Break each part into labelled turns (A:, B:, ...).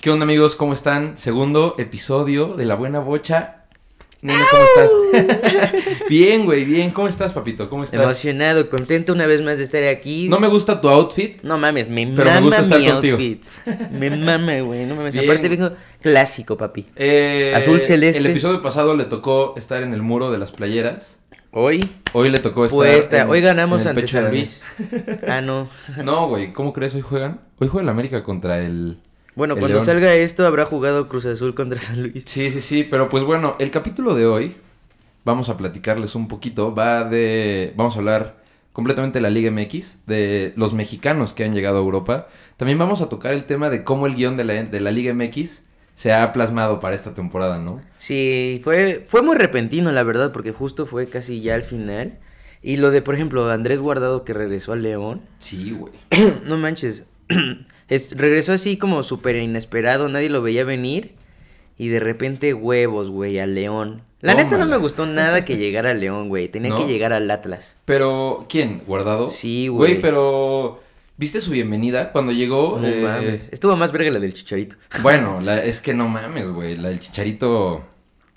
A: ¿Qué onda amigos? ¿Cómo están? Segundo episodio de La Buena Bocha. Nene, ¿cómo estás? bien, güey, bien. ¿Cómo estás, papito? ¿Cómo estás?
B: Emocionado, contento una vez más de estar aquí.
A: No me gusta tu outfit.
B: No mames, me
A: Pero me
B: mama
A: gusta estar
B: mi
A: contigo.
B: outfit. Me mama, güey, no mames.
A: Bien.
B: Aparte vengo clásico, papi.
A: Eh,
B: Azul celeste.
A: El episodio pasado le tocó estar en el muro de las playeras.
B: Hoy,
A: Hoy le tocó estar.
B: puesta,
A: en-
B: Pues, hoy ganamos
A: en el
B: ante
A: pecho de
B: San
A: Daniel.
B: Luis. Ah, no.
A: No, güey, ¿cómo crees? Hoy juegan. Hoy juega el América contra el.
B: Bueno,
A: El
B: cuando
A: León.
B: salga esto habrá jugado Cruz Azul contra San Luis.
A: Sí, sí, sí. Pero pues bueno, el capítulo de hoy. Vamos a platicarles un poquito. Va de. Vamos a hablar completamente de la Liga MX. De los mexicanos que han llegado a Europa. También vamos a tocar el tema de cómo el guión de la, de la Liga MX se ha plasmado para esta temporada, ¿no?
B: Sí, fue, fue muy repentino, la verdad, porque justo fue casi ya al final. Y lo de, por ejemplo, Andrés Guardado que regresó al León.
A: Sí, güey.
B: no manches. Es- regresó así como súper inesperado, nadie lo veía venir. Y de repente huevos, güey, al León. La neta no
A: Tómala.
B: me gustó nada que llegara al León, güey. Tenía
A: ¿No?
B: que llegar al Atlas.
A: Pero, ¿quién? ¿Guardado?
B: Sí, güey.
A: Güey, pero. ¿Viste su bienvenida? Cuando llegó.
B: No
A: eh,
B: mames. Estuvo más verga la del Chicharito.
A: Bueno, la- es que no mames, güey. La del chicharito.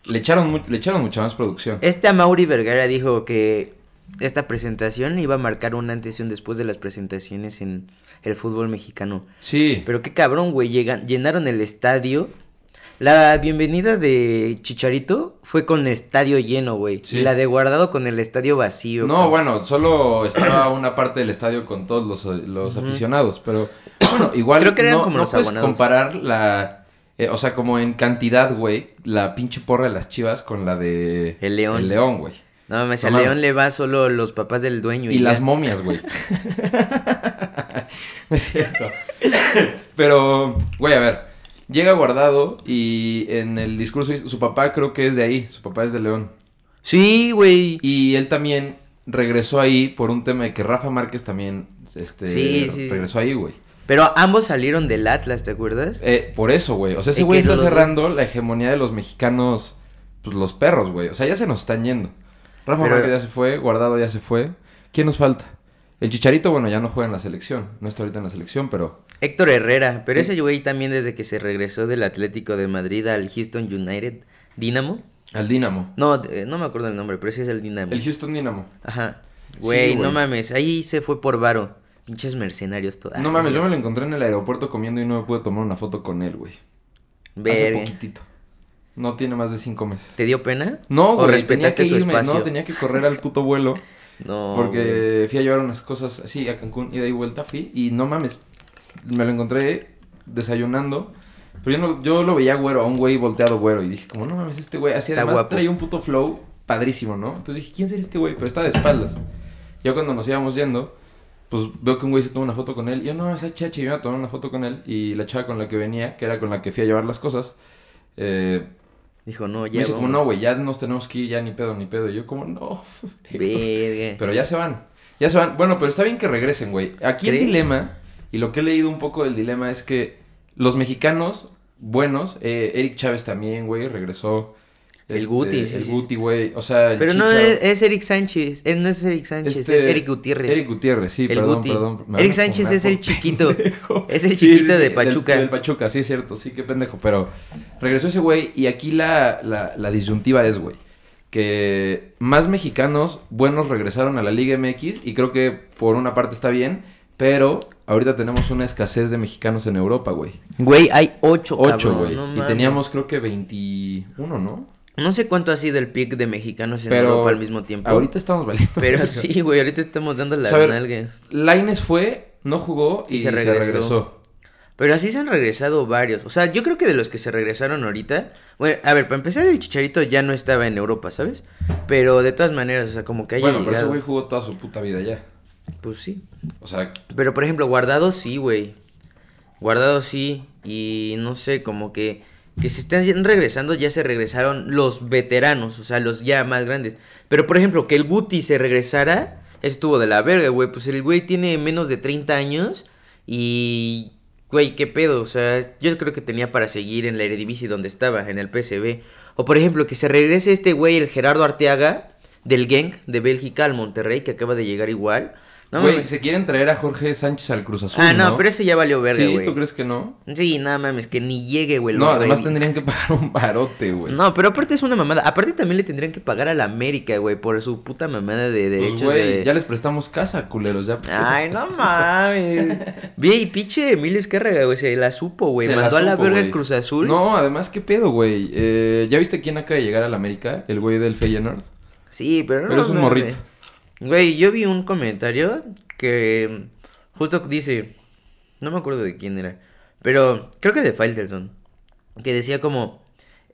A: Le echaron, mu- le echaron mucha más producción.
B: Este Mauri Vergara dijo que esta presentación iba a marcar un antes y un después de las presentaciones en el fútbol mexicano.
A: Sí.
B: Pero qué cabrón, güey. llegan- Llenaron el estadio. La bienvenida de Chicharito fue con estadio lleno, güey.
A: Sí.
B: Y la de Guardado con el estadio vacío.
A: No,
B: cabrón.
A: bueno, solo estaba una parte del estadio con todos los, eh, los aficionados, pero bueno, igual
B: Creo que eran
A: no,
B: como
A: no
B: los
A: puedes
B: abonados.
A: comparar la, eh, o sea, como en cantidad, güey, la pinche porra de las Chivas con la de
B: El León.
A: el León, güey,
B: No mames,
A: No
B: al
A: mames.
B: León le va solo los papás del dueño.
A: y
B: ya.
A: las momias, güey. No es cierto. Pero, güey, a ver, llega guardado y en el discurso dice- su papá creo que es de ahí, su papá es de León.
B: Sí, güey.
A: Y él también regresó ahí por un tema de que Rafa Márquez también este,
B: Sí, sí.
A: regresó ahí, güey.
B: Pero ambos salieron del Atlas, ¿te acuerdas?
A: Eh, por eso, güey. O sea, ese
B: Y
A: güey
B: que
A: está
B: los dos-
A: cerrando la hegemonía de los mexicanos, pues los perros, güey. O sea, ya se nos están yendo. Rafa
B: Pero-
A: Márquez ya se fue, Guardado ya se fue. ¿Quién nos falta? El Chicharito, bueno, ya no juega en la selección. No está ahorita en la selección, pero...
B: Héctor Herrera. Pero ese güey también desde que se regresó del Atlético de Madrid al Houston United Dinamo.
A: Al Dinamo.
B: No, eh, no me acuerdo el nombre, pero ese es el Dinamo.
A: El Houston Dinamo.
B: Ajá.
A: Sí,
B: Güey, no
A: güey.
B: mames, ahí se fue por varo. Pinches mercenarios Ah, todas.
A: No mames, yo me lo encontré en el aeropuerto comiendo y no me pude tomar una foto con él, güey. Hace poquitito. No tiene más de cinco meses.
B: ¿Te dio pena?
A: No,
B: ¿O
A: güey,
B: respetaste
A: tenía que
B: su
A: irme,
B: espacio?
A: no, tenía que correr al puto vuelo
B: No, güey.
A: porque fui a llevar unas cosas así a Cancún, ida y vuelta fui y no mames, me lo encontré desayunando, pero yo, no, yo lo veía güero, a un güey volteado güero y dije, como no mames, este güey, así
B: Está
A: además
B: guapo.
A: traía un puto flow padrísimo, ¿no? Entonces dije, ¿quién será este güey? Pero estaba de espaldas. Ya cuando nos íbamos yendo, pues veo que un güey se tomó una foto con él. y Yo no, esa chacha, yo me iba a tomar una foto con él. Y la chava con la que venía, que era con la que fui a llevar las cosas, eh,
B: Dijo, no, ya.
A: me dice como,
B: vamos.
A: no, güey, ya nos tenemos que ir, ya ni pedo, ni pedo. Y yo como, no.
B: Verga.
A: Pero ya se van, ya se van. Bueno, pero está bien que regresen, güey. Aquí el
B: ¿Crees?
A: dilema, y lo que he leído un poco del dilema es que los mexicanos buenos, eh, Eric Chávez también, güey, regresó. Este,
B: El Guti, sí,
A: El
B: sí.
A: Guti, güey. O sea, el
B: Pero no
A: Chicha,
B: es, es Eric Sánchez. eh, no es Eric Sánchez,
A: este,
B: es Eric Gutiérrez.
A: Eric Gutiérrez, sí,
B: El
A: perdón,
B: Guti.
A: perdón. me
B: Eric
A: van a
B: Sánchez
A: funar
B: es el
A: por
B: chiquito.
A: pendejo.
B: Es el
A: Sí,
B: chiquito de
A: sí, del-
B: Pachuca.
A: Del, Pachuca, sí, es cierto, sí, qué pendejo. Pero regresó ese güey y aquí la, la, la disyuntiva es, güey, que más mexicanos buenos regresaron a la Liga MX y creo que por una parte está bien, pero ahorita tenemos una escasez de mexicanos en Europa, güey.
B: Güey, hay ocho,
A: Ocho,
B: Oh, cabrón,
A: güey.
B: no
A: y
B: mames.
A: teníamos creo que 21, ¿no?
B: No sé cuánto ha sido el pick de mexicanos en
A: pero
B: Europa al mismo tiempo.
A: Ahorita estamos valiendo.
B: Pero sí, güey, ahorita estamos dando las
A: O sea, a ver,
B: nalgas.
A: Laines fue, no jugó y,
B: Y se
A: se regresó.
B: regresó. Pero así se han regresado varios. O sea, yo creo que de los que se regresaron ahorita. Bueno, a ver, para empezar, el chicharito ya no estaba en Europa, ¿sabes? Pero de todas maneras, o sea, como que haya
A: Bueno, pero ese
B: llegado.
A: güey jugó toda su puta vida ya.
B: Pues sí.
A: O sea,
B: Pero por ejemplo, guardado sí, güey. Guardado sí. Y no sé, como que. Que se estén regresando, ya se regresaron los veteranos, o sea, los ya más grandes. Pero por ejemplo, que el Guti se regresara, estuvo de la verga, güey. Pues el güey tiene menos de 30 años y. güey, qué pedo, o sea, yo creo que tenía para seguir en la Eredivisie donde estaba, en el PSV. O por ejemplo, que se regrese este güey, el Gerardo Arteaga, del Genk de Bélgica al Monterrey, que acaba de llegar igual. No
A: güey,
B: mames.
A: se quieren traer a Jorge Sánchez al Cruz Azul.
B: Ah, no, pero eso ya valió verga,
A: ¿Sí?
B: güey.
A: ¿Tú crees que no?
B: Sí, nada mames, que ni llegue, güey. el
A: No,
B: nuevo
A: además
B: Eddie.
A: tendrían que pagar un barote, güey.
B: No, pero aparte es una mamada. Aparte también le tendrían que pagar a la América, güey, por su puta mamada de derechos
A: Pues, güey,
B: de...
A: ya les prestamos casa, culeros. Ya,
B: Ay, no mames. Vi, y pinche Emilio Escárraga, güey, se la supo, güey.
A: pues, Se la
B: Mandó a la
A: supo,
B: verga el
A: güey.
B: Cruz Azul.
A: No, además, ¿qué pedo, güey? Eh, ¿Ya viste quién acaba de llegar al América? El güey del Feyenoord.
B: Sí, pero no.
A: Pero es un
B: mames.
A: morrito.
B: Güey, yo vi un comentario que justo dice, no me acuerdo de quién era, pero creo que de Faitelson, que decía como,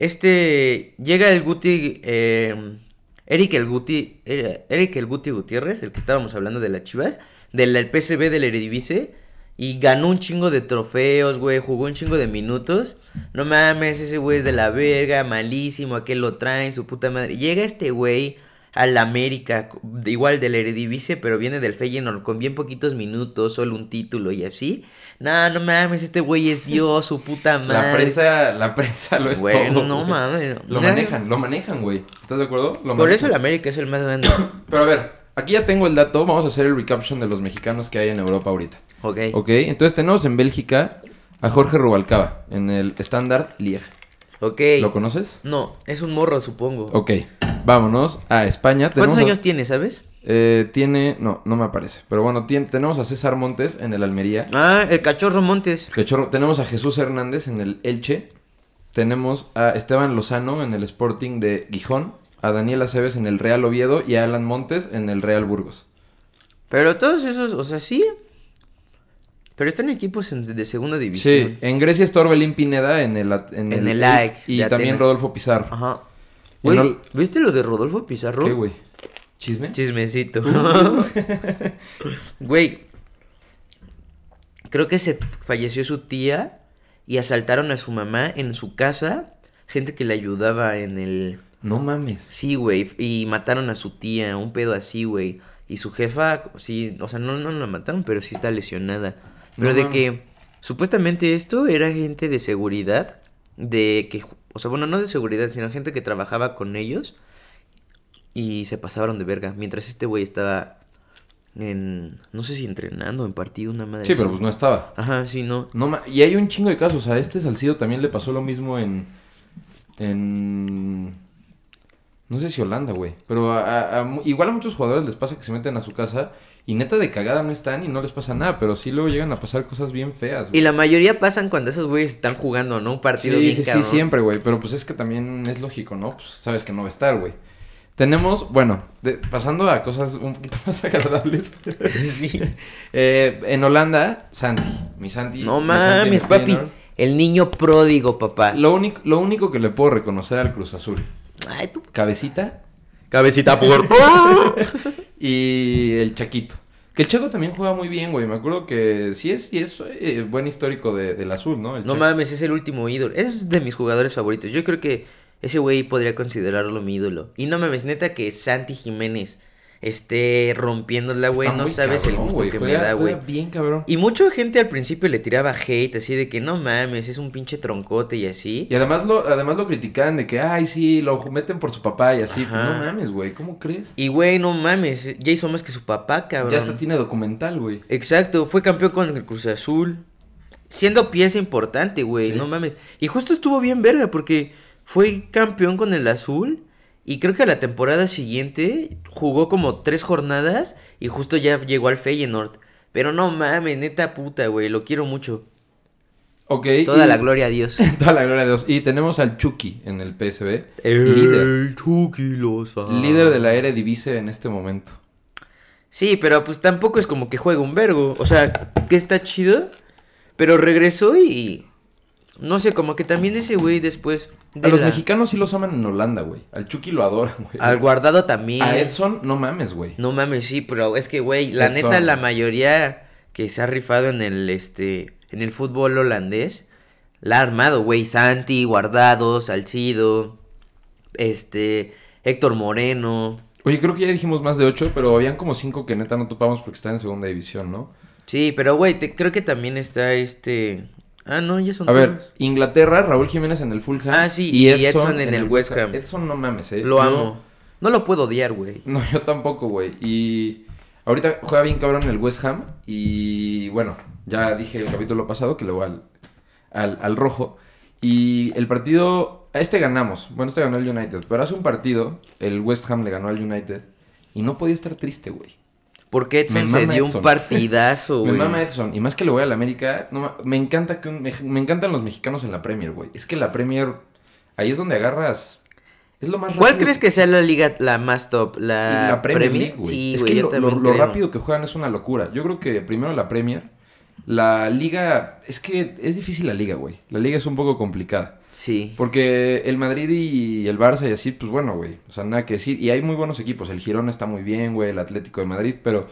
B: este, llega el Guti, eh, Eric el Guti, era Eric el Guti Gutiérrez, el que estábamos hablando de las Chivas, del el PSV del Eredivisie, y ganó un chingo de trofeos, güey, jugó un chingo de minutos. No mames, ese güey es de la verga, malísimo, aquel lo traen, su puta madre. Llega este güey al América, de- igual del Eredivisie, pero viene del Feyenoord con bien poquitos minutos, solo un título y así. No, no mames, este güey es Dios, su puta madre.
A: La prensa, la prensa lo es
B: Güey,
A: todo.
B: no
A: güey.
B: mames.
A: Lo
B: Ya-
A: manejan, lo manejan, güey. ¿Estás de acuerdo? Lo
B: Por
A: manejan.
B: eso el América es el más grande.
A: Pero a ver, aquí ya tengo el dato. Vamos a hacer el recaption de los mexicanos que hay en Europa ahorita.
B: ok.
A: Ok, entonces tenemos en Bélgica a Jorge Rubalcaba en el Standard Liege.
B: Ok.
A: ¿Lo conoces?
B: No, es un morro, supongo.
A: Ok, vámonos a España.
B: ¿Cuántos
A: Tenemos a-
B: años tiene, sabes?
A: Eh, tiene. No, no me aparece. Pero bueno, tien- tenemos a César Montes en el Almería.
B: Ah, el cachorro Montes.
A: Que chorro- Tenemos a Jesús Hernández en el Elche. Tenemos a Esteban Lozano en el Sporting de Gijón. A Daniel Aceves en el Real Oviedo. Y a Alan Montes en el Real Burgos.
B: Pero todos esos, o sea, sí. Pero están equipos en- de segunda
A: Sí,
B: división.
A: en Grecia está Orbelín Pineda en el. at-
B: En el AEK
A: Y
B: de
A: también
B: Atenas.
A: Rodolfo Pizarro.
B: Ajá.
A: Y
B: Güey,
A: no-
B: ¿viste lo de Rodolfo Pizarro?
A: ¿Qué, güey? ¿Chisme?
B: Chismecito. Güey. Creo que se falleció su tía y asaltaron a su mamá en su casa. Gente que le ayudaba en el...
A: No mames.
B: Sí, güey, y mataron a su tía, un pedo así, güey. Y su jefa, sí, o sea, no, no la mataron, pero sí está lesionada. Pero
A: No
B: de
A: mames.
B: que, supuestamente esto era gente de seguridad, de que, ju- o sea, bueno, no de seguridad, sino gente que trabajaba con ellos. Y se pasaron de verga, mientras este güey estaba en, no sé si entrenando, en partido, una madre.
A: Sí,
B: así.
A: pero pues no estaba.
B: Ajá, sí, no.
A: No ma- y hay un chingo de casos. A este Salcido también le pasó lo mismo en. En. No sé si Holanda, güey. Pero a- a- a mu- igual a muchos jugadores les pasa que se meten a su casa y neta de cagada no están y no les pasa nada. Pero sí luego llegan a pasar cosas bien feas,
B: Y
A: güey.
B: la mayoría pasan cuando esos güeyes están jugando, ¿no? Un
A: Sí,
B: partido bien
A: sí, sí,
B: cabrón.
A: siempre, güey. Pero pues es que también es lógico, ¿no? Pues sabes que no va a estar, güey. Tenemos, bueno, de- pasando a cosas un poquito más agradables.
B: Sí.
A: Eh, en Holanda, Santi. Mi Santi.
B: No
A: mi Santi en el
B: mames, papi.
A: Feyenoord.
B: El niño pródigo, papá.
A: Lo único, lo único que le puedo reconocer al Cruz Azul,
B: Ay, tú.
A: cabecita
B: Cabecita por.
A: y el Chaquito. Que el Chaco también juega muy bien, güey. Me acuerdo que sí es, sí es eh, buen histórico de- del Azul, ¿no? El
B: no
A: Chaco.
B: mames, es el último ídolo. Es de mis jugadores favoritos. Yo creo que ese güey podría considerarlo mi ídolo. Y no mames, neta que Santi Jiménez esté rompiéndola, güey.
A: Está
B: No
A: muy
B: sabes el
A: cabrón,
B: gusto
A: güey.
B: que
A: Juega-
B: me da, güey.
A: juega bien cabrón.
B: Y mucha gente al principio le tiraba hate, así de que no mames, es un pinche troncote y así.
A: Y además lo, además lo critican de que, ay, sí, lo meten por su papá y así.
B: Ajá.
A: No mames, güey. ¿Cómo crees?
B: Y güey, no mames, ya hizo más que su papá, cabrón.
A: Ya hasta tiene documental, güey.
B: Exacto, fue campeón con el Cruz Azul. Siendo pieza importante, güey,
A: Sí.
B: no mames. Y justo estuvo bien verga porque fue campeón con el Azul y creo que a la temporada siguiente jugó como tres jornadas y justo ya llegó al Feyenoord. Pero no mames, neta puta, güey, lo quiero mucho.
A: Ok.
B: Toda
A: y-
B: la gloria a Dios.
A: Toda la gloria a Dios. Y tenemos al Chucky en el PSV.
B: Eh.
A: líder.
B: Chucky Lozano.
A: Líder de la Eredivisie en este momento.
B: Sí, pero pues tampoco es como que juega un vergo. O sea, que está chido. Pero regresó y. No sé, como que también ese güey después.
A: A
B: de
A: los
B: la-
A: mexicanos sí los aman en Holanda, güey. Al Chucky lo adoran, güey.
B: Al guardado también.
A: A Edson, no mames, güey.
B: No mames, sí, pero es que, güey, la
A: Edson.
B: neta, la mayoría que se ha rifado en el este. En el fútbol holandés. La ha armado, güey. Santi, Guardado, Salcido. Este. Héctor Moreno.
A: Oye, creo que ya dijimos más de ocho, pero habían como cinco que neta no topamos porque están en segunda división, ¿no?
B: Sí, pero güey, te- creo que también está este. Ah, no, ya son
A: A ver,
B: todos.
A: Inglaterra, Raúl Jiménez en el Fulham.
B: Ah, sí, y Edson en el West Ham.
A: Edson no mames, eh.
B: Lo
A: Yo-
B: amo. No lo puedo odiar, güey.
A: No, yo tampoco, güey. Y ahorita juega bien cabrón en el West Ham. Y bueno, ya dije el capítulo pasado que le voy al, al, al rojo. Y el partido, a este ganamos. Bueno, este ganó el United. Pero hace un partido, el West Ham le ganó al United. Y no podía estar triste, güey.
B: Porque Edson
A: Me
B: se
A: mama
B: dio
A: Edson.
B: un partidazo,
A: Me
B: güey.
A: mama Edson. Y más que le voy al América, no ma- me, encanta que un- me, me encantan los mexicanos en la Premier, güey. Es que la Premier, ahí es donde agarras... Es lo más
B: ¿Cuál
A: rápido
B: crees que sea la liga la más top? La,
A: la, Premier League, güey.
B: Ah, Sí,
A: es
B: güey,
A: que
B: yo
A: lo, lo-
B: también
A: lo
B: creo.
A: rápido que juegan es una locura. Yo creo que primero la Premier, la Liga, es que es difícil la Liga, güey. La Liga es un poco complicada.
B: Sí.
A: Porque el Madrid y el Barça y así, pues bueno, güey. O sea, nada que decir. Y hay muy buenos equipos. El Girona está muy bien, güey. El Atlético de Madrid. Pero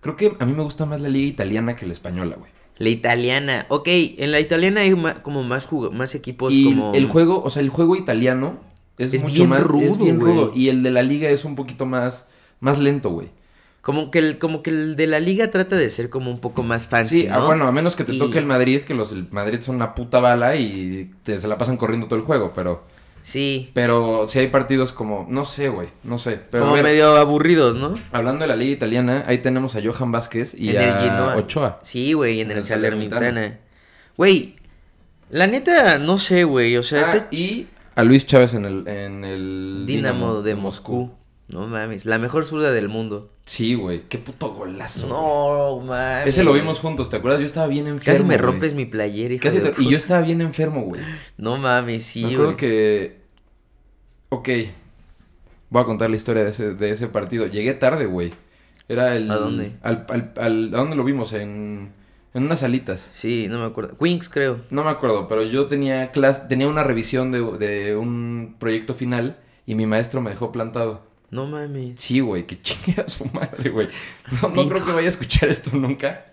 A: creo que a mí me gusta más la Liga Italiana que la Española, güey.
B: La italiana. Ok, en la italiana hay ma- como más jug- más equipos
A: y
B: Pues como.
A: el juego, o sea, el juego italiano es,
B: Es
A: mucho
B: bien
A: más
B: rudo,
A: es bien
B: güey.
A: rudo. Y el de la Liga es un poquito más, más lento, güey.
B: Como que el, como que el de la liga trata de ser como un poco más fancy.
A: Sí, ah,
B: ¿no?
A: bueno, a menos que te
B: Y-
A: toque el Madrid, que los el Madrid son una puta bala y te, se la pasan corriendo todo el juego, pero
B: Sí.
A: pero si hay partidos como, no sé, güey, no sé, pero
B: como
A: a ver,
B: medio aburridos, ¿no?
A: hablando de la liga italiana, ahí tenemos a Johan Vázquez y
B: En el
A: a
B: Genoa.
A: Ochoa.
B: Sí, güey, en
A: En
B: el
A: el Salernitana.
B: Salernitana. Güey, la neta, no sé, güey. O sea,
A: Ah,
B: este ch-
A: y a Luis Chávez en el en el
B: Dinamo de Moscú. No mames, la mejor zurda del mundo.
A: Sí, güey, qué puto golazo. güey.
B: No mames.
A: Ese lo vimos juntos, ¿te acuerdas? Yo estaba bien enfermo.
B: Casi me
A: güey.
B: rompes mi playera, hijo
A: Casi
B: de
A: te- y yo
B: puta.
A: estaba bien enfermo, güey.
B: No mames, sí,
A: me
B: güey.
A: acuerdo que. Ok. Voy a contar la historia de ese, de ese partido. Llegué tarde, güey. Era el.
B: ¿A dónde?
A: Al, al- al- ¿A dónde lo vimos? En, en unas salitas.
B: Sí, no me acuerdo. Queens, creo.
A: No me acuerdo, pero yo tenía clase, tenía una revisión de, de un proyecto final y mi maestro me dejó plantado.
B: No mames.
A: Sí, güey, que chingue a su madre, güey. No, no
B: Pito.
A: creo que vaya a escuchar esto nunca.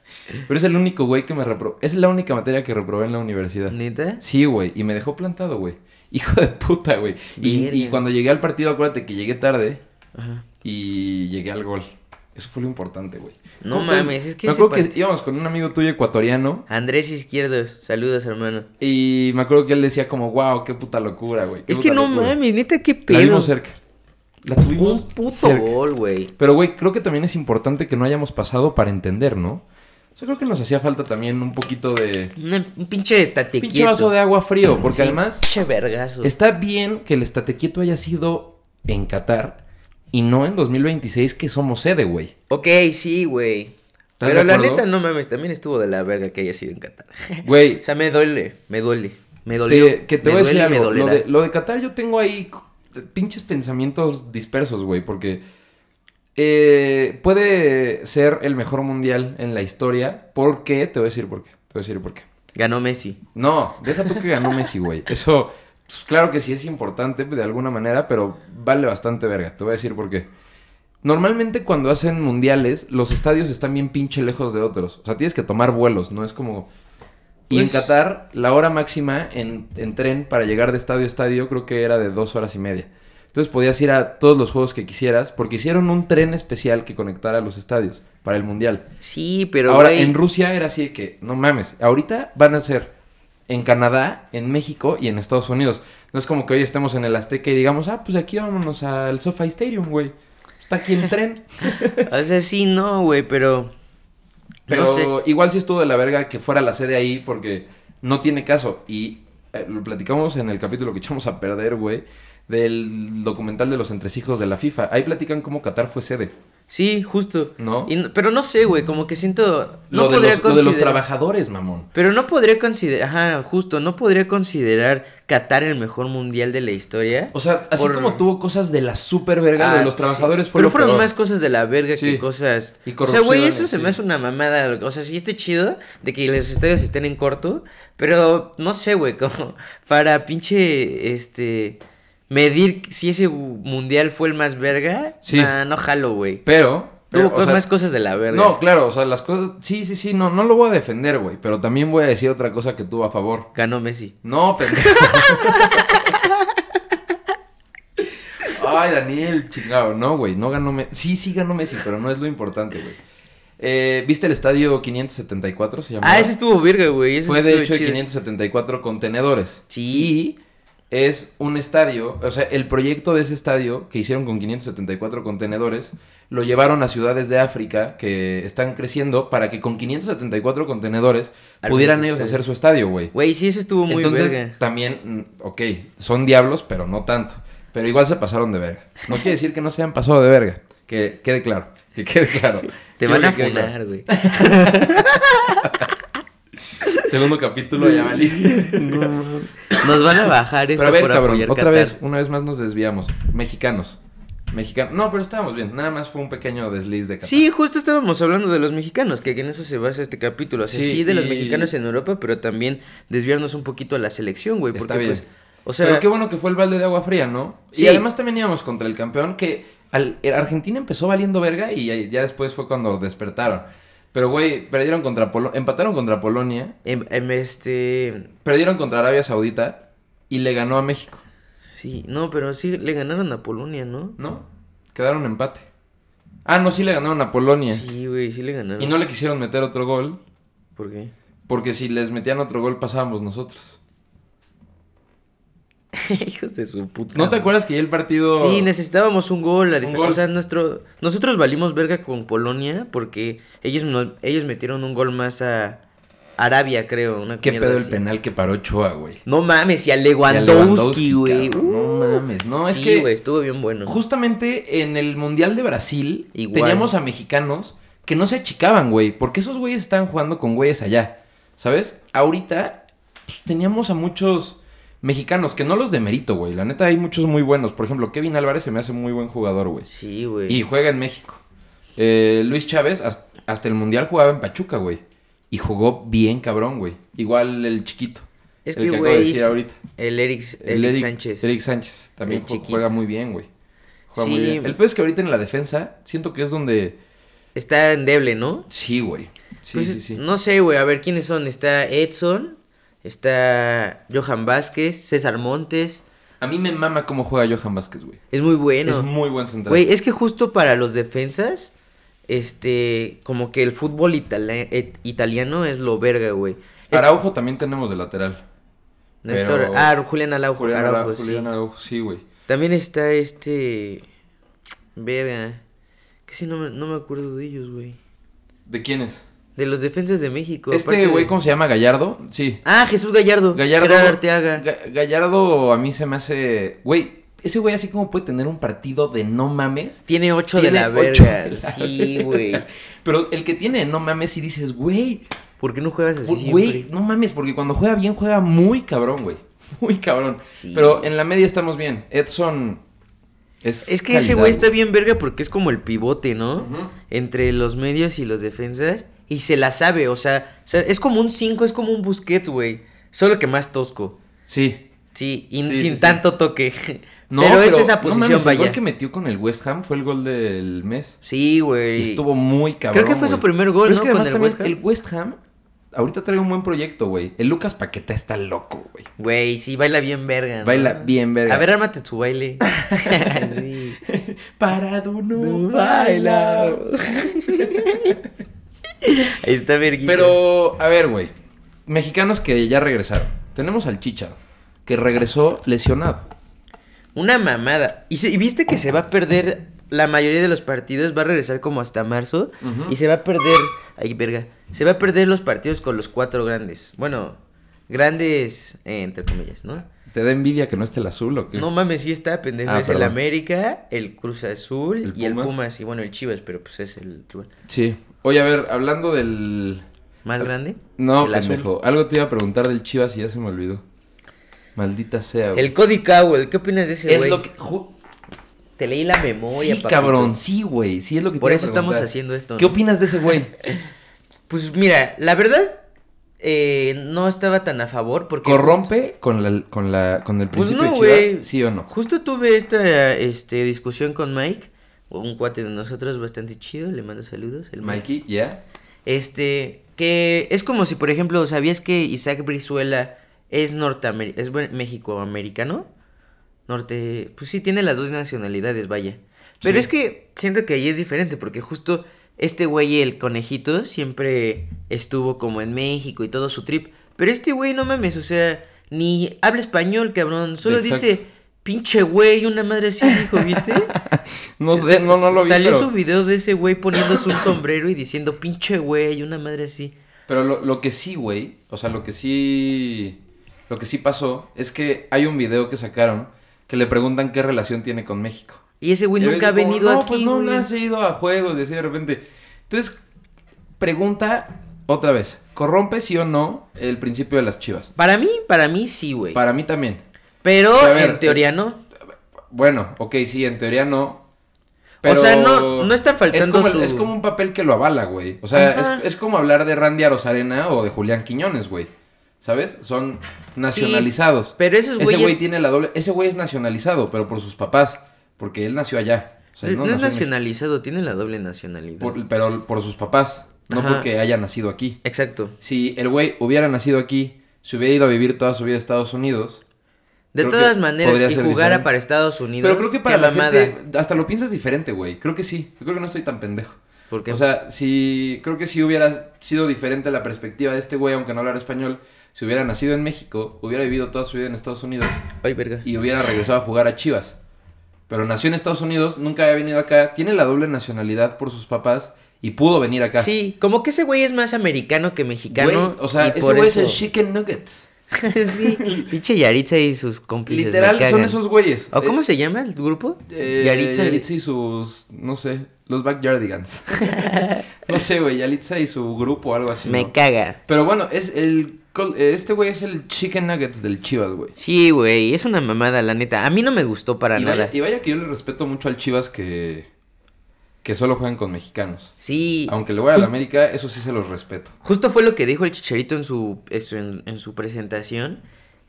A: Pero es el único güey que me reprobó. Es la única materia que reprobé en la universidad.
B: ¿Neta?
A: Sí, güey, y me dejó plantado, güey. Hijo de puta, güey. Y,
B: Verga.
A: y cuando llegué al partido, acuérdate que llegué tarde
B: Ajá.
A: y llegué al gol. Eso fue lo importante, güey.
B: No
A: Justo-
B: mames, es que
A: Me
B: ese
A: acuerdo que
B: partido-
A: íbamos con un amigo tuyo ecuatoriano
B: Andrés Izquierdos, saludos, hermano.
A: y me acuerdo que él decía como, wow, qué puta locura, güey. qué
B: Es que
A: puta
B: no
A: locura".
B: mames, neta, qué
A: La
B: pedo.
A: vimos cerca. La tuvimos
B: Un puto
A: cerca.
B: gol, güey.
A: Pero, güey, creo que también es importante que no hayamos pasado para entender, ¿no? O sea, creo que nos hacía falta también un poquito de...
B: Una- Un pinche estate
A: Pinche
B: quieto.
A: vaso de agua frío, porque
B: Sí,
A: además...
B: Pinche vergazo.
A: Está bien que el estate quieto haya sido en Qatar y no en 2026 que somos sede, güey.
B: Ok, sí, güey.
A: ¿Estás
B: Pero
A: de
B: la
A: acuerdo?
B: neta, no mames, también estuvo de la verga que haya sido en Qatar.
A: Güey,
B: o sea, me duele, me duele. Me dolió.
A: te- que te
B: me
A: voy a decir
B: duele y me
A: algo. Lo
B: dolerá.
A: de, lo de Qatar yo tengo ahí c- pinches pensamientos dispersos, güey, porque eh, puede ser el mejor mundial en la historia. ¿Por qué? Te voy a decir por qué. Te voy a decir por qué.
B: Ganó Messi.
A: No, deja tú que ganó Messi, güey. Eso, pues, claro que sí es importante de alguna manera, pero vale bastante verga. Te voy a decir por qué. Normalmente cuando hacen mundiales, los estadios están bien pinche lejos de otros. O sea, tienes que tomar vuelos, ¿no? Es como... Y en
B: Pues-
A: Qatar, la hora máxima en, en tren para llegar de estadio a estadio creo que era de dos horas y media. Entonces podías ir a todos los juegos que quisieras porque hicieron un tren especial que conectara los estadios para el mundial.
B: Sí, pero
A: Ahora,
B: güey,
A: en Rusia era así de que, no mames, ahorita van a ser en Canadá, en México y en Estados Unidos. No es como que hoy estemos en el Azteca y digamos, ah, pues aquí vámonos al SoFi Stadium, güey. Está aquí el tren.
B: O sea, sí, no, güey, pero.
A: Pero
B: No sé.
A: igual sí estuvo de la verga que fuera la sede ahí porque no tiene caso. Y eh, lo platicamos en el capítulo que echamos a perder, güey, del documental de los entresijos de la FIFA. Ahí platican cómo Qatar fue sede,
B: Sí, justo.
A: ¿no?
B: Y no- pero no sé, güey, como que siento. No
A: lo, de
B: podría
A: los, lo de los
B: considerar-
A: trabajadores, mamón.
B: Pero no podría considerar. Ajá, justo, no podría considerar Qatar el mejor mundial de la historia.
A: O sea, así
B: Por-
A: como tuvo cosas de la super verga
B: Ah,
A: de los trabajadores,
B: sí.
A: fue
B: Pero
A: lo
B: fueron
A: peor.
B: más cosas de la verga que
A: Sí.
B: cosas.
A: Y
B: o sea, güey,
A: corrupciones,
B: eso se me
A: sí.
B: hace una mamada. O sea, sí está chido de que los estadios estén en corto. Pero no sé, güey, como para pinche. Este. Medir si ese mundial fue el más verga.
A: Sí.
B: nah, no jalo, güey.
A: Pero. pero,
B: Tuvo
A: o
B: cosas-
A: sea,
B: más cosas de la verga.
A: No, claro, o sea, las cosas. Sí, sí, sí, no, no lo voy a defender, güey. Pero también voy a decir otra cosa que tuvo a favor.
B: Ganó Messi.
A: No, pendejo. Ay, Daniel, chingado. No, güey, no ganó Messi. Sí, sí ganó Messi, pero no es lo importante, güey. Eh, ¿Viste el estadio 574? Se llamaba?
B: Ah, ese estuvo verga, güey. Ese
A: Fue
B: sí
A: de
B: estuvo
A: hecho de
B: chido.
A: 574 contenedores.
B: Sí.
A: Y es un estadio, o sea, el proyecto de ese estadio que hicieron con 574 contenedores lo llevaron a ciudades de África que están creciendo para que con 574 contenedores
B: Armen
A: pudieran
B: su
A: ellos
B: estadio.
A: hacer su estadio, güey.
B: Güey, sí, eso estuvo muy
A: Entonces,
B: verga.
A: también, mm, ok, son diablos, pero no tanto. Pero igual se pasaron de verga. No quiere decir que no se hayan pasado de verga. Que quede claro. Que quede claro.
B: Te
A: Quiero
B: van a
A: que quede claro.
B: funar, güey.
A: Segundo capítulo ya valí.
B: Nos van a bajar esto
A: Pero a ver,
B: por
A: cabrón,
B: apoyar
A: otra
B: Qatar.
A: vez, una vez más nos desviamos. Mexicanos. Mexicanos. No, pero estábamos bien. Nada más fue un pequeño desliz de Qatar.
B: Sí, justo estábamos hablando de los mexicanos, que en eso se basa este capítulo. O sea,
A: Sí,
B: sí, de los
A: y-
B: mexicanos en Europa, pero también desviarnos un poquito a la selección, güey.
A: Está
B: Porque,
A: bien.
B: pues, o sea,
A: pero qué bueno que fue el balde de agua fría, ¿no? Y
B: Sí.
A: además también íbamos contra el campeón que al- el Argentina empezó valiendo verga y ya, ya después fue cuando despertaron. Pero, güey, perdieron contra Polonia, empataron contra Polonia,
B: em- em, este...
A: perdieron contra Arabia Saudita y le ganó a México,
B: Sí, no, pero sí le ganaron a Polonia, ¿no?
A: ¿no? Quedaron empate. Ah, no, sí le ganaron a Polonia.
B: Sí, güey, sí le ganaron.
A: Y no le quisieron meter otro gol
B: ¿Por qué?
A: porque si les metían otro gol pasábamos nosotros.
B: Hijos de su puta.
A: ¿No te
B: madre.
A: acuerdas que ya el partido...
B: Sí, necesitábamos un gol, la
A: Un
B: difer-
A: gol.
B: O sea, nuestro, nosotros valimos verga con Polonia porque ellos, no- ellos metieron un gol más a Arabia, creo. Una
A: ¿Qué
B: mierda
A: pedo el
B: así.
A: penal que paró Ochoa, güey?
B: No mames, y a
A: Y a
B: Lewandowski, güey.
A: cabrón,
B: Uh.
A: No mames, no, es
B: sí,
A: que...
B: güey, estuvo bien bueno.
A: Justamente en el Mundial de Brasil
B: Igual.
A: teníamos a mexicanos que no se achicaban, güey, porque esos güeyes estaban jugando con güeyes allá, ¿sabes? Ahorita pues, teníamos a muchos mexicanos que no los demerito, güey. La neta hay muchos muy buenos. Por ejemplo, Kevin Álvarez se me hace muy buen jugador, güey.
B: Sí, güey.
A: Y juega en México. Eh, Luis Chávez has- hasta el Mundial jugaba en Pachuca, güey. Y jugó bien cabrón, güey. Igual el chiquito.
B: Es
A: el
B: que,
A: acabo de
B: güey,
A: decir ahorita.
B: El Eric,
A: El
B: Eric Sánchez.
A: Eric Sánchez. También
B: El
A: ju-
B: chiquito.
A: juega muy bien, güey. Juega muy
B: Sí.
A: bien. El peor es que ahorita en la defensa siento que es donde...
B: Está endeble, ¿no?
A: Sí, güey. Sí,
B: Pues,
A: sí, sí.
B: No sé, güey. A ver, ¿quiénes son? Está Edson, está Johan Vázquez, César Montes.
A: A mí me mama cómo juega Johan Vázquez, güey.
B: Es muy bueno.
A: Es muy buen central.
B: Güey, es que justo para los defensas, este, como que el fútbol itali- et- italiano es lo verga, güey. Es-
A: Araujo también tenemos de lateral.
B: Néstor-
A: pero-
B: Ah, Julián Araujo.
A: Julián
B: Araujo,
A: Araujo,
B: sí.
A: Julián Araujo, sí, güey.
B: También está este. Verga. Casi no me, no me acuerdo de ellos, güey.
A: ¿De quién es?
B: De los defensas de México. Pues aparte
A: Este
B: de-
A: güey, ¿cómo se llama? Gallardo. Sí.
B: Ah, Jesús Gallardo.
A: Gallardo.
B: Gerard Arteaga.
A: Ga- Gallardo a mí se me hace. Güey, ese güey así como puede tener un partido de no mames.
B: Tiene ocho de
A: Tiene
B: la
A: ocho
B: verga.
A: de la
B: sí, güey.
A: Pero el que tiene de no mames y dices, güey,
B: ¿Por qué no juegas así?
A: pu- güey,
B: siempre?
A: no mames, porque cuando juega bien, juega muy cabrón, güey. Muy cabrón.
B: Sí.
A: Pero en la media estamos bien. Edson. Es,
B: Es que ese
A: calidad,
B: güey está bien verga porque es como el pivote, ¿no?
A: Ujú.
B: Entre los medios y los defensas. Y se la sabe, o sea, sa- es como un 5, es como un Busquets, güey. Solo que más tosco.
A: Sí.
B: Sí, y
A: Sí,
B: sin
A: sí, sí.
B: tanto toque. pero, es esa
A: no
B: posición,
A: mames, El
B: vaya.
A: gol que metió con el West Ham fue el gol del mes.
B: Sí,
A: Y
B: güey.
A: estuvo muy cabrón.
B: Creo que fue su
A: güey.
B: primer gol,
A: Pero es
B: ¿no?
A: que
B: Con
A: además
B: el
A: también
B: West Ham.
A: el West Ham ahorita trae un buen proyecto, güey. El Lucas Paqueta está loco, güey.
B: Güey, sí, baila bien verga. ¿no?
A: Baila bien verga.
B: A ver, ármate tu baile. sí.
A: Parado no,
B: Está verguita.
A: Pero, a ver, güey. Mexicanos que ya regresaron. Tenemos al Chicharo, que regresó lesionado.
B: Una mamada. Y, se- y viste que se va a perder la mayoría de los partidos, va a regresar como hasta marzo.
A: Ujú.
B: Y se va a perder. Ay, verga. Se va a perder los partidos con los cuatro grandes. Bueno, grandes, eh, entre comillas, ¿no?
A: ¿Te da envidia que no esté el azul o qué?
B: No mames, sí está, pendejo.
A: Ah,
B: es el
A: perdón.
B: América, el Cruz Azul
A: El
B: y el
A: Pumas.
B: Pumas. Y bueno, el Chivas, pero pues es el rival
A: Sí. Oye, a ver, hablando del.
B: más grande.
A: Ah, No,
B: el azul.
A: pendejo. Algo te iba a preguntar del Chivas y ya se me olvidó. Maldita sea, güey.
B: El Cody Cowell, ¿qué opinas de ese
A: es
B: güey?
A: lo que. ju-
B: Te leí la memoria,
A: sí,
B: papito.
A: cabrón, sí, güey. Sí, es lo que te
B: Por
A: iba a
B: eso estamos
A: preguntar.
B: haciendo esto.
A: ¿Qué
B: ¿no?
A: opinas de ese güey?
B: Pues mira, la verdad, eh, no estaba tan a favor porque...
A: ¿Corrompe con, la, con, la, con el
B: Pues
A: principio
B: no,
A: de Chivas?
B: güey.
A: ¿Sí o no?
B: Justo tuve esta este, discusión con Mike, un cuate de nosotros bastante chido, le mando saludos, el Mike.
A: Mikey, ¿ya?
B: Este, que es como si, por ejemplo, ¿sabías que Isaac Brizuela es norteamericano, es buen- mexicoamericano? Norte, pues sí, tiene las dos nacionalidades, vaya. Pero
A: Sí.
B: es que siento que ahí es diferente, porque justo este güey, el conejito, siempre estuvo como en México y todo su trip. Pero este güey, no mames, o sea, ni habla español, cabrón. Solo
A: Exacto.
B: dice, pinche güey, una madre así dijo, ¿viste?
A: No
B: Sa-
A: sé, no, no lo vi.
B: Salió
A: pero-
B: su video de ese güey poniéndose un sombrero y diciendo, pinche güey, una madre así.
A: Pero lo, lo que sí, güey, o sea, lo que sí. Lo que sí pasó es que hay un video que sacaron que le preguntan qué relación tiene con México.
B: Y ese güey
A: Y el
B: nunca ha
A: dice como,
B: venido
A: no,
B: aquí,
A: Pues no,
B: güey.
A: no has ido a juegos y así de repente. Entonces, pregunta otra vez: ¿corrompe sí o no el principio de las chivas?
B: Para mí, para mí sí, güey.
A: Para mí también.
B: Pero
A: A ver, eh,
B: en teoría no.
A: Bueno, ok, sí, en teoría no. Pero
B: O sea, no- no está faltando
A: es como,
B: su-
A: es como un papel que lo avala, güey. O sea,
B: Ajá.
A: es, es como hablar de Randy Arozarena o de Julián Quiñones, güey. ¿Sabes? Son nacionalizados.
B: Pero esos
A: ese güey
B: güeyes
A: tiene la doble... Ese güey es nacionalizado, pero por sus papás. Porque él nació allá. O sea,
B: no, es
A: nació en México.
B: nacionalizado, tiene la doble nacionalidad.
A: Por- pero por sus papás. No
B: Ajá.
A: porque haya nacido aquí.
B: Exacto.
A: Si el güey hubiera nacido aquí, se hubiera ido a vivir toda su vida a Estados Unidos...
B: De
A: Creo que
B: todas maneras,
A: podría
B: y
A: ser
B: jugara
A: diferente.
B: para Estados Unidos.
A: Pero creo que para
B: qué
A: la
B: mamada.
A: gente hasta lo piensas diferente, güey. Creo que sí. Yo creo que no estoy tan pendejo.
B: Porque,
A: O sea, si creo que si hubiera sido diferente la perspectiva de este güey, aunque no hablara español, si hubiera nacido en México, hubiera vivido toda su vida en Estados Unidos
B: ay, verga.
A: y hubiera regresado a jugar a Chivas. Pero nació en Estados Unidos, nunca había venido acá, tiene la doble nacionalidad por sus papás y pudo venir acá.
B: Sí, como que ese güey es más americano que mexicano.
A: Güey, o sea,
B: y
A: ese
B: por
A: güey es
B: eso-
A: el Chicken Nuggets.
B: sí, pinche Yaritza y sus cómplices. me
A: Literal, son
B: cagan.
A: esos güeyes.
B: ¿O cómo
A: Eh,
B: se llama el grupo?
A: Eh,
B: Yaritza.
A: Yalitza,
B: y-
A: y sus, no sé, los Backyardigans. no sé, güey, Yalitza y su grupo o algo así.
B: Me
A: ¿no?
B: caga.
A: Pero bueno, es el col- eh, este güey es el Chicken Nuggets del Chivas, güey.
B: Sí, güey, es una mamada, la neta. A mí no me gustó para
A: Y
B: nada.
A: vaya, y vaya que yo le respeto mucho al Chivas que, que solo juegan con mexicanos.
B: Sí.
A: Aunque le voy
B: pues
A: a la América, eso sí se los respeto.
B: Justo fue lo que dijo el Chicharito en su, es- en, en su presentación.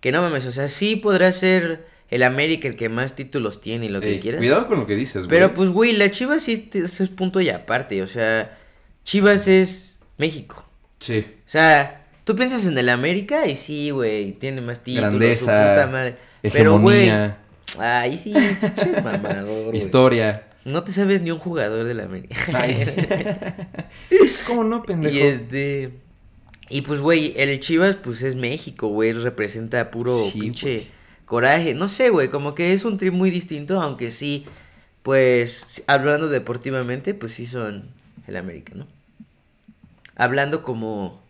B: Que no mames, o sea, sí podrá ser el América el que más títulos tiene y lo
A: Ey,
B: que quieras.
A: Cuidado con lo que dices, güey.
B: Pero pues, güey, la Chivas sí este- ese es punto y aparte. O sea, Chivas es México.
A: Sí.
B: O sea, tú piensas en el América y sí, güey, tiene más títulos. su
A: Grandeza,
B: puta madre. Pero, güey,
A: Hegemonía,
B: ay, sí, pinche mamador, güey.
A: historia.
B: No te sabes ni un jugador del América.
A: Ay. ¿Cómo no, pendejo?
B: Y este. Y pues, güey, el Chivas, pues es México, güey. Representa puro
A: Sí,
B: pinche
A: güey.
B: coraje. No sé, güey, como que es un trip muy distinto, aunque sí, pues, sí, hablando deportivamente, pues sí son el América, ¿no? Hablando como.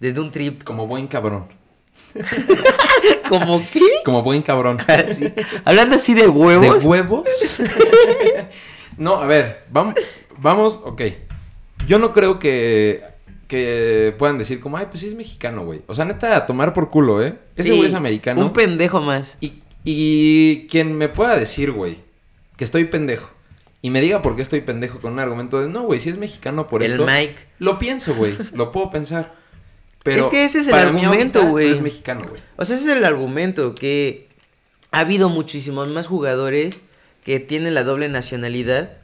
B: Desde un trip,
A: Como buen cabrón.
B: como qué?
A: Como buen cabrón.
B: Hablando así de huevos.
A: ¿De huevos? no, a ver, vamos, vamos, ok. Yo no creo que, que puedan decir como, ay, pues sí es mexicano, güey. O sea, neta, a tomar por culo, ¿eh? Ese
B: Sí,
A: güey es americano.
B: Un pendejo más.
A: y, y quien me pueda decir, güey, que estoy pendejo. Y me diga por qué estoy pendejo con un argumento de, no, güey, si es mexicano por
B: el
A: esto.
B: Mike.
A: Lo pienso, güey, lo puedo pensar. Pero
B: Es que ese es el
A: para mí
B: argumento,
A: ahorita no
B: güey.
A: es mexicano, güey.
B: O sea, ese es el argumento, que ha habido muchísimos más jugadores que tienen la doble nacionalidad,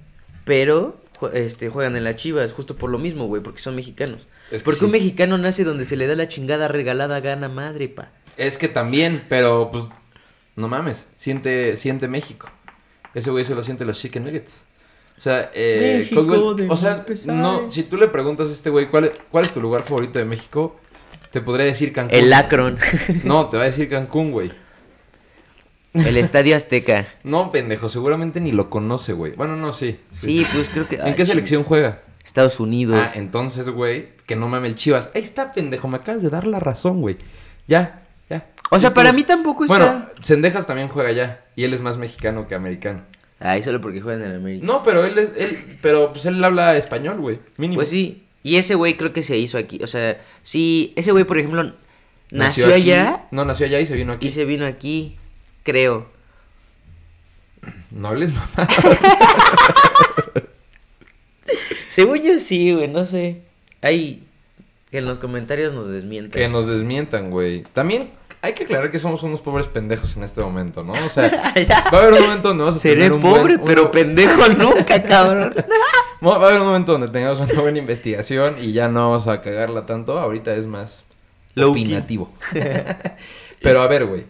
B: pero ju- este, juegan en las Chivas, justo por lo mismo, güey, porque son mexicanos.
A: Es que
B: porque
A: sí.
B: un mexicano nace donde se le da la chingada regalada gana madre, pa.
A: Es que también, pero pues no mames, siente, siente México. Ese güey solo siente los chicken nuggets. O sea, eh,
B: México
A: Caldwell-
B: de
A: o sea,
B: mis pesares.
A: no, si tú le preguntas a este güey cuál, cuál es tu lugar favorito de México, te podría decir Cancún.
B: El Akron,
A: No, te va a decir Cancún, güey.
B: el Estadio Azteca.
A: No, pendejo, seguramente ni lo conoce, güey. Bueno, no, sí.
B: Sí, pues creo que...
A: ¿En
B: ay,
A: qué
B: ching-
A: selección juega?
B: Estados Unidos.
A: Ah, entonces, güey, que no mames el Chivas. Ahí está, pendejo, me acabas de dar la razón, güey. Ya, ya.
B: o sea,
A: Ya
B: para
A: estuvo.
B: mí tampoco está...
A: Bueno, Cendejas también juega allá y él es más mexicano que americano.
B: Ay, solo porque juegan en América.
A: No, pero él es, él, pero pues él habla español, güey, mínimo.
B: Pues sí. Y ese güey creo que se hizo aquí. O sea, sí, ese güey, por ejemplo, nació,
A: aquí-
B: allá
A: No, nació allá y se vino aquí.
B: Y se vino aquí, creo.
A: No hables mamá.
B: Según yo sí, güey, no sé. Ahí, que en los comentarios nos
A: que
B: desmientan.
A: nos desmientan, güey. También hay que aclarar que somos unos pobres pendejos en este momento, ¿no? O sea, va a haber un momento donde vamos a
B: Seré
A: tener un
B: pobre,
A: buen-
B: pero
A: una-
B: pendejo nunca, cabrón.
A: Va a haber un momento donde tengamos una buena investigación y ya no vamos a cagarla tanto. Ahorita es más
B: Low-key.
A: opinativo. Pero a ver, güey.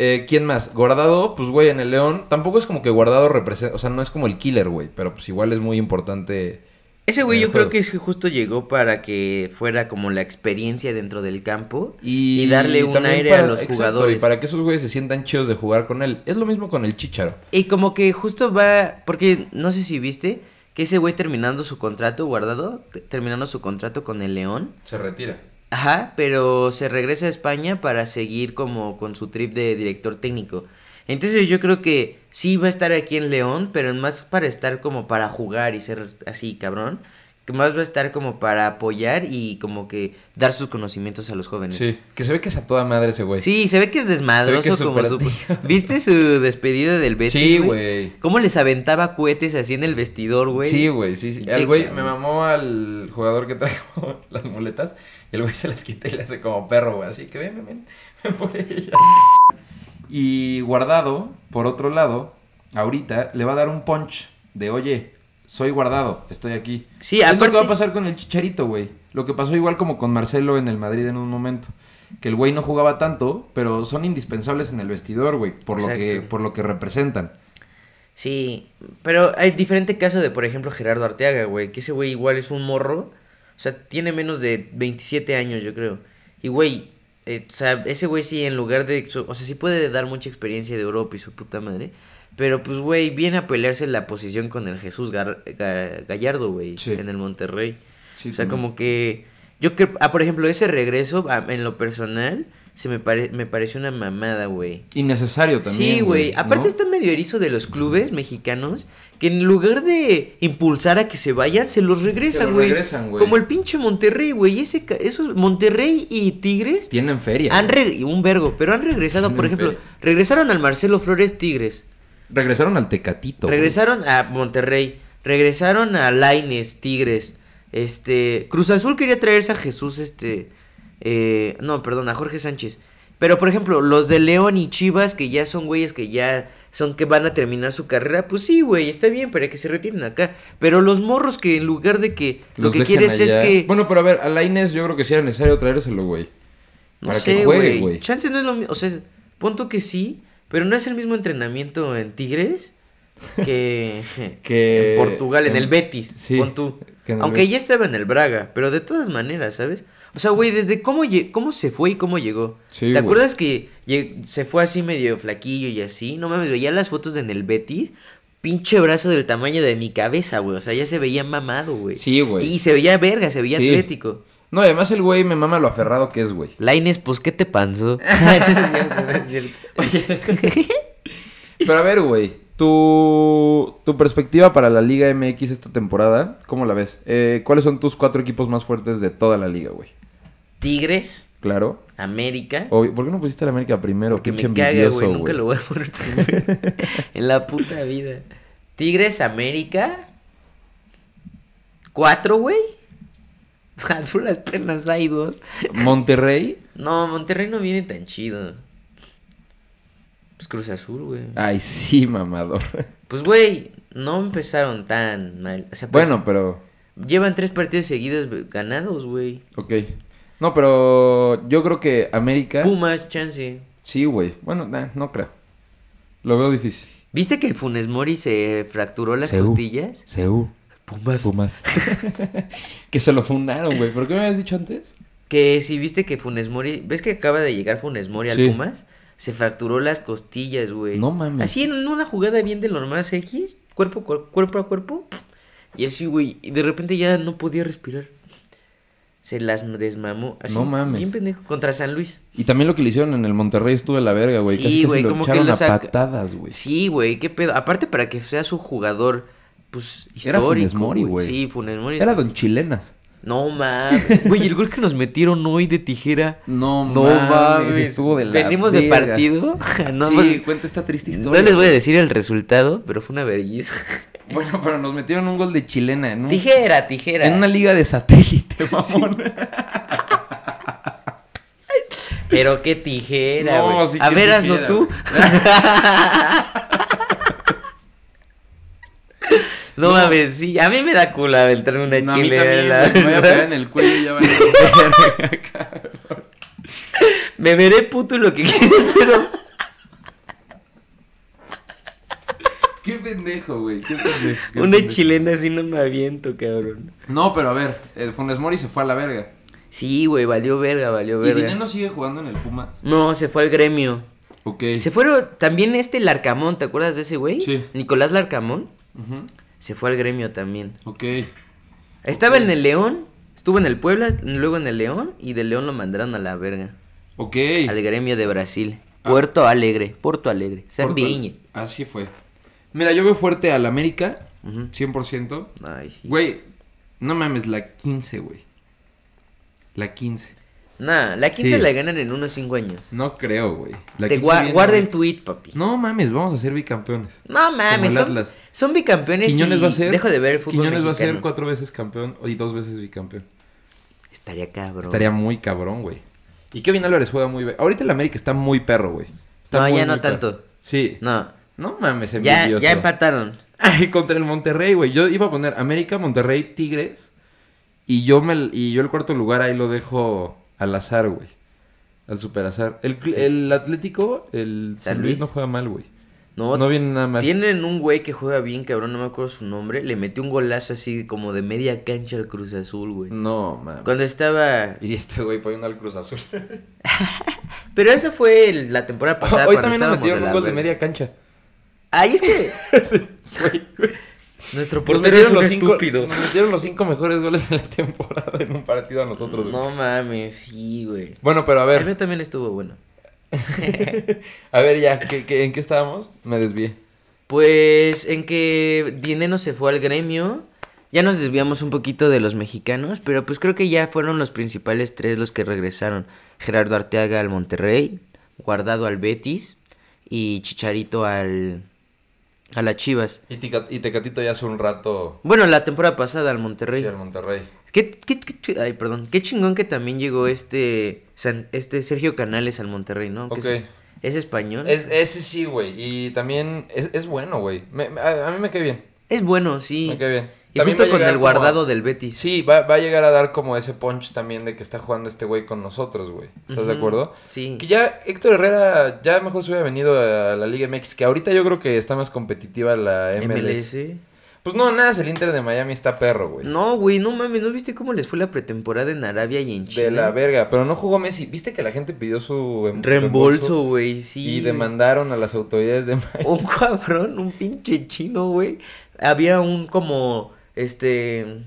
A: Eh, ¿Quién más? Guardado, pues, güey, en el León. Tampoco es como que Guardado representa. O sea, no es como el killer, güey. Pero pues igual es muy importante
B: Ese güey
A: en el
B: yo creo
A: juego.
B: que es que justo llegó para que fuera como la experiencia dentro del campo
A: Y,
B: y, darle un
A: también
B: aire a
A: para-
B: los
A: exacto,
B: jugadores.
A: Y para que esos güeyes se sientan chidos de jugar con él. Es lo mismo con el Chicharo.
B: Y como que justo va, porque no sé si viste que ese güey terminando su contrato guardado, te- terminando su contrato con el León,
A: Se retira.
B: ajá, pero se regresa a España para seguir como con su trip de director técnico. Entonces yo creo que sí va a estar aquí en León, pero más para estar como para jugar y ser así cabrón, que más va a estar como para apoyar y como que dar sus conocimientos a los jóvenes.
A: Sí. Que se ve que es a toda madre ese güey.
B: Sí, se ve que es desmadroso
A: Se ve que es
B: como su...
A: súper
B: ¿Viste su despedida del Betis?
A: Sí, güey.
B: ¿Cómo les aventaba cohetes así en el vestidor, güey?
A: Sí, güey, sí, sí. El
B: Chica,
A: güey me
B: güey.
A: mamó al jugador que trajo las muletas y el güey se las quita y le hace como perro, güey. Así que ven, ven, ven, ven por ellas. Y guardado, por otro lado, ahorita le va a dar un punch de, oye, soy guardado, estoy aquí.
B: Sí,
A: Es lo que
B: aparte-
A: va a pasar con el chicharito, güey. Lo que pasó igual como con Marcelo en el Madrid en un momento. Que el güey no jugaba tanto, pero son indispensables en el vestidor, güey, por, lo que,
B: Exacto.
A: por lo que representan.
B: Sí, pero hay diferente caso de, por ejemplo, Gerardo Arteaga, güey, que ese güey igual es un morro, o sea, tiene menos de 27 años, yo creo. Y, güey, eh, o sea, ese güey sí, en lugar de, su- o sea, sí puede dar mucha experiencia de Europa y su puta madre, pero, pues, güey, viene a pelearse la posición con el Jesús Gar- Ga- Gallardo, güey,
A: Sí.
B: en el Monterrey.
A: Sí,
B: o sea,
A: también.
B: como que. Yo creo. Ah, por ejemplo, ese regreso, ah, en lo personal, se me, pare- me pareció una mamada, güey.
A: Innecesario también.
B: Sí, güey.
A: ¿no?
B: Aparte está medio erizo de los clubes mexicanos que en lugar de impulsar a que se vayan, se los regresan,
A: los
B: güey.
A: regresan, güey.
B: Como el pinche Monterrey, güey. Ese, ca- esos Monterrey y Tigres
A: Tienen feria.
B: han re- un vergo, pero han regresado, por
A: Tienen
B: ejemplo,
A: feria.
B: regresaron al Marcelo Flores Tigres.
A: Regresaron al Tecatito. güey.
B: Regresaron a Monterrey. Regresaron a Laines, Tigres. Este. Cruz Azul quería traerse a Jesús, este. eh, no, perdón, a Jorge Sánchez. Pero, por ejemplo, los de León y Chivas, que ya son güeyes que ya son que van a terminar su carrera, pues sí, güey, está bien, pero hay que se retiren acá. Pero los morros que en lugar de que lo
A: Los
B: que
A: dejan
B: quieres es
A: allá.
B: que.
A: Bueno, pero a ver, a la Inés yo creo que sí era necesario traérselo, güey.
B: no
A: para que
B: sé,
A: juegue,
B: güey.
A: güey.
B: Chance no es lo mismo. O sea, punto que sí, pero no es el mismo entrenamiento en Tigres que.
A: Que...
B: en Portugal, en, el Betis.
A: sí,
B: pon tú.
A: que en el
B: Aunque
A: Betis.
B: ya estaba en el Braga, pero de todas maneras, ¿sabes? O sea, güey, desde cómo, lle- cómo se fue y cómo llegó. ¿Te
A: Sí, güey.
B: acuerdas que lle- se fue así medio flaquillo y así? No mames, veía las fotos de en el Betis. Pinche brazo del tamaño de mi cabeza, güey. O sea, ya se veía mamado, güey.
A: Sí, güey.
B: Y se veía verga, se veía
A: Sí.
B: atlético.
A: No, y además el güey me mama lo aferrado que es, güey.
B: Laines, pues, ¿qué te panzó? No es cierto, no es cierto.
A: Pero a ver, güey, tu, tu perspectiva para la Liga MX esta temporada, ¿cómo la ves? Eh, ¿Cuáles son tus cuatro equipos más fuertes de toda la liga, güey?
B: Tigres,
A: Claro.
B: América.
A: Obvio- ¿Por qué no pusiste a la América primero?
B: Porque me
A: Oh, Pinche
B: caga, güey.
A: envidioso,
B: Nunca lo voy a poner primero. en la puta vida. Tigres América. Cuatro, güey. A duras penas hay dos.
A: Monterrey.
B: No, Monterrey no viene tan chido. Pues Cruz Azul, güey.
A: Ay, sí, mamador.
B: Pues, güey, no empezaron tan mal. O sea, pues,
A: Bueno, pero...
B: Llevan tres partidos seguidos ve- ganados, güey.
A: Ok. No, pero yo creo que América...
B: Pumas, chance.
A: Sí, güey. Bueno, nah, no creo. Lo veo difícil.
B: ¿Viste que el Funes Mori se fracturó las
A: Seú.
B: costillas?
A: Seú,
B: Pumas.
A: Pumas. que se lo fundaron, güey. ¿Por qué me habías dicho antes?
B: Que si viste que Funes Mori, ¿ves que acaba de llegar Funes Mori al
A: Sí.
B: Pumas? Se fracturó las costillas, güey.
A: No mames.
B: Así en una jugada bien de lo más X, cuerpo, cuer- cuerpo a cuerpo. Y así, güey. Y de repente ya no podía respirar. Se las m- desmamó. Así,
A: No mames.
B: Bien pendejo. Contra San Luis.
A: Y también lo que le hicieron en el Monterrey estuvo de la verga, güey.
B: Sí,
A: Casi, casi
B: güey,
A: lo
B: como que
A: echaron
B: lo
A: a
B: saca-
A: patadas, güey.
B: Sí, güey, qué pedo. Aparte para que sea su jugador, pues,
A: Era
B: histórico.
A: Funes Mori, güey.
B: Sí, Funes Mori.
A: Era Don Chilenas.
B: No mames. Güey, el gol que nos metieron hoy de tijera.
A: No,
B: No mames.
A: Estuvo de la
B: Venimos de
A: verga.
B: partido. no,
A: sí,
B: pues,
A: cuenta esta triste
B: no
A: historia.
B: les voy a decir el resultado, pero fue una vergüenza.
A: Bueno, pero nos metieron un gol de chilena. En, un-
B: Tijera, tijera.
A: en una liga de satélite, mamón.
B: Pero qué tijera,
A: No,
B: güey.
A: sí,
B: a
A: qué
B: ver,
A: tijera,
B: hazlo tú. no mames, sí. A mí me da culo aventarme una
A: No, a mí
B: chilena.
A: también,
B: la
A: güey, me voy a
B: verdad.
A: pegar en el cuello y ya van
B: Me veré puto y lo que quieres, pero.
A: Qué pendejo. pendejo, güey. Qué pendejo, qué
B: Una
A: pendejo.
B: chilena así no me aviento, cabrón.
A: No, pero a ver, el Funes Mori se fue a la verga.
B: Sí, güey, valió verga, valió
A: ¿Y
B: verga.
A: Dineno sigue jugando en el Pumas?
B: No, se fue al gremio.
A: Ok.
B: Se fueron también este Larcamón, ¿te acuerdas de ese güey?
A: Sí.
B: Nicolás Larcamón
A: Ujú.
B: se fue al gremio también.
A: Ok.
B: Estaba en el León, estuvo en el Puebla, luego en el León y del León lo mandaron a la verga.
A: Ok.
B: Al gremio de Brasil.
A: Ah.
B: Puerto Alegre, Puerto Alegre, San
A: Por-
B: Viña.
A: Así fue. Mira, yo veo fuerte al América,
B: Ujú.
A: 100%.
B: Ay, sí.
A: Güey, no mames, la 15, güey. La 15.
B: Nah, la 15
A: Sí.
B: la ganan en unos 5 años.
A: No creo, güey. La
B: Te
A: 15
B: gua-
A: viene,
B: guarda
A: güey.
B: el tweet, papi. No,
A: No mames, vamos a ser bicampeones.
B: mames,
A: el
B: son,
A: Atlas.
B: son bicampeones
A: Quiñones
B: y
A: va a ser.
B: dejo de ver el fútbol
A: Quiñones va a
B: mexicano.
A: ser cuatro veces campeón y dos veces bicampeón.
B: Estaría cabrón.
A: Estaría muy cabrón, güey. Y Kevin Álvarez juega muy bien. Ahorita el América está muy perro, güey. Está
B: No,
A: muy,
B: ya
A: muy
B: no
A: perro.
B: tanto.
A: Sí. No,
B: No,
A: mames,
B: ya,
A: envidioso.
B: ya empataron.
A: Ay, contra el Monterrey, güey. Yo iba a poner América, Monterrey, Tigres. Y yo me y yo el cuarto lugar ahí lo dejo al azar, güey. Al super azar. El, cl- el Atlético, el
B: San
A: San Luis.
B: Luis.
A: no juega mal, güey.
B: No,
A: No, viene nada mal.
B: tienen un güey que juega bien, cabrón, no me acuerdo su nombre. Le metió un golazo así como de media cancha al Cruz Azul, güey.
A: No, mames.
B: Cuando estaba...
A: Y este güey poniendo al Cruz Azul.
B: Pero eso fue el- la temporada pasada.
A: Hoy
B: cuando
A: también nos
B: estábamos
A: metieron
B: de
A: un
B: la
A: gol de
B: verga.
A: media cancha.
B: Ay, es que
A: Güey,
B: nuestro
A: Nos
B: portero es
A: metieron,
B: un
A: los cinco,
B: estúpido.
A: nos metieron los cinco mejores goles de la temporada en un partido a nosotros. güey.
B: No mames, sí, güey.
A: Bueno, pero a
B: El
A: ver,
B: mío también estuvo bueno.
A: a ver ya, ¿qué, qué- en qué estábamos? Me desvié.
B: Pues en que Dineno se fue al gremio. Ya nos desviamos un poquito de los mexicanos, pero pues creo que ya fueron los principales tres los que regresaron. Gerardo Arteaga al Monterrey, Guardado al Betis y Chicharito al a las Chivas.
A: Y, Tica- y Tecatito ya hace un rato
B: Bueno, la temporada pasada al Monterrey.
A: sí, al Monterrey.
B: ¿Qué, qué- qué chi- ay, perdón. Qué chingón que también llegó este, San- este Sergio Canales al Monterrey, ¿no? Que es-
A: Ok.
B: Es, español. Es,
A: Es, ese sí, güey. Y también es, es bueno, güey. Me- me- a, a mí me cae bien.
B: bueno, sí.
A: Me cae bien.
B: Y
A: También
B: justo
A: va a
B: con
A: llegar
B: el
A: como-
B: guardado del Betis.
A: Sí, va, va a llegar a dar como ese punch también de que está jugando este güey con nosotros, güey. ¿Estás de
B: Ujú.
A: acuerdo?
B: Sí.
A: Que ya Héctor Herrera ya mejor se hubiera venido a la Liga MX, que ahorita yo creo que está más competitiva la MLS.
B: MLS.
A: Pues no, nada, el Inter de Miami está perro, güey.
B: No, güey, no mames, ¿no viste cómo les fue la pretemporada en Arabia y en China?
A: De la verga, pero no jugó Messi. ¿Viste que la gente pidió su em-
B: Reembolso, güey, sí.
A: Y demandaron a las autoridades de Ma-
B: Un cabrón, un pinche chino, güey. Había un como, este,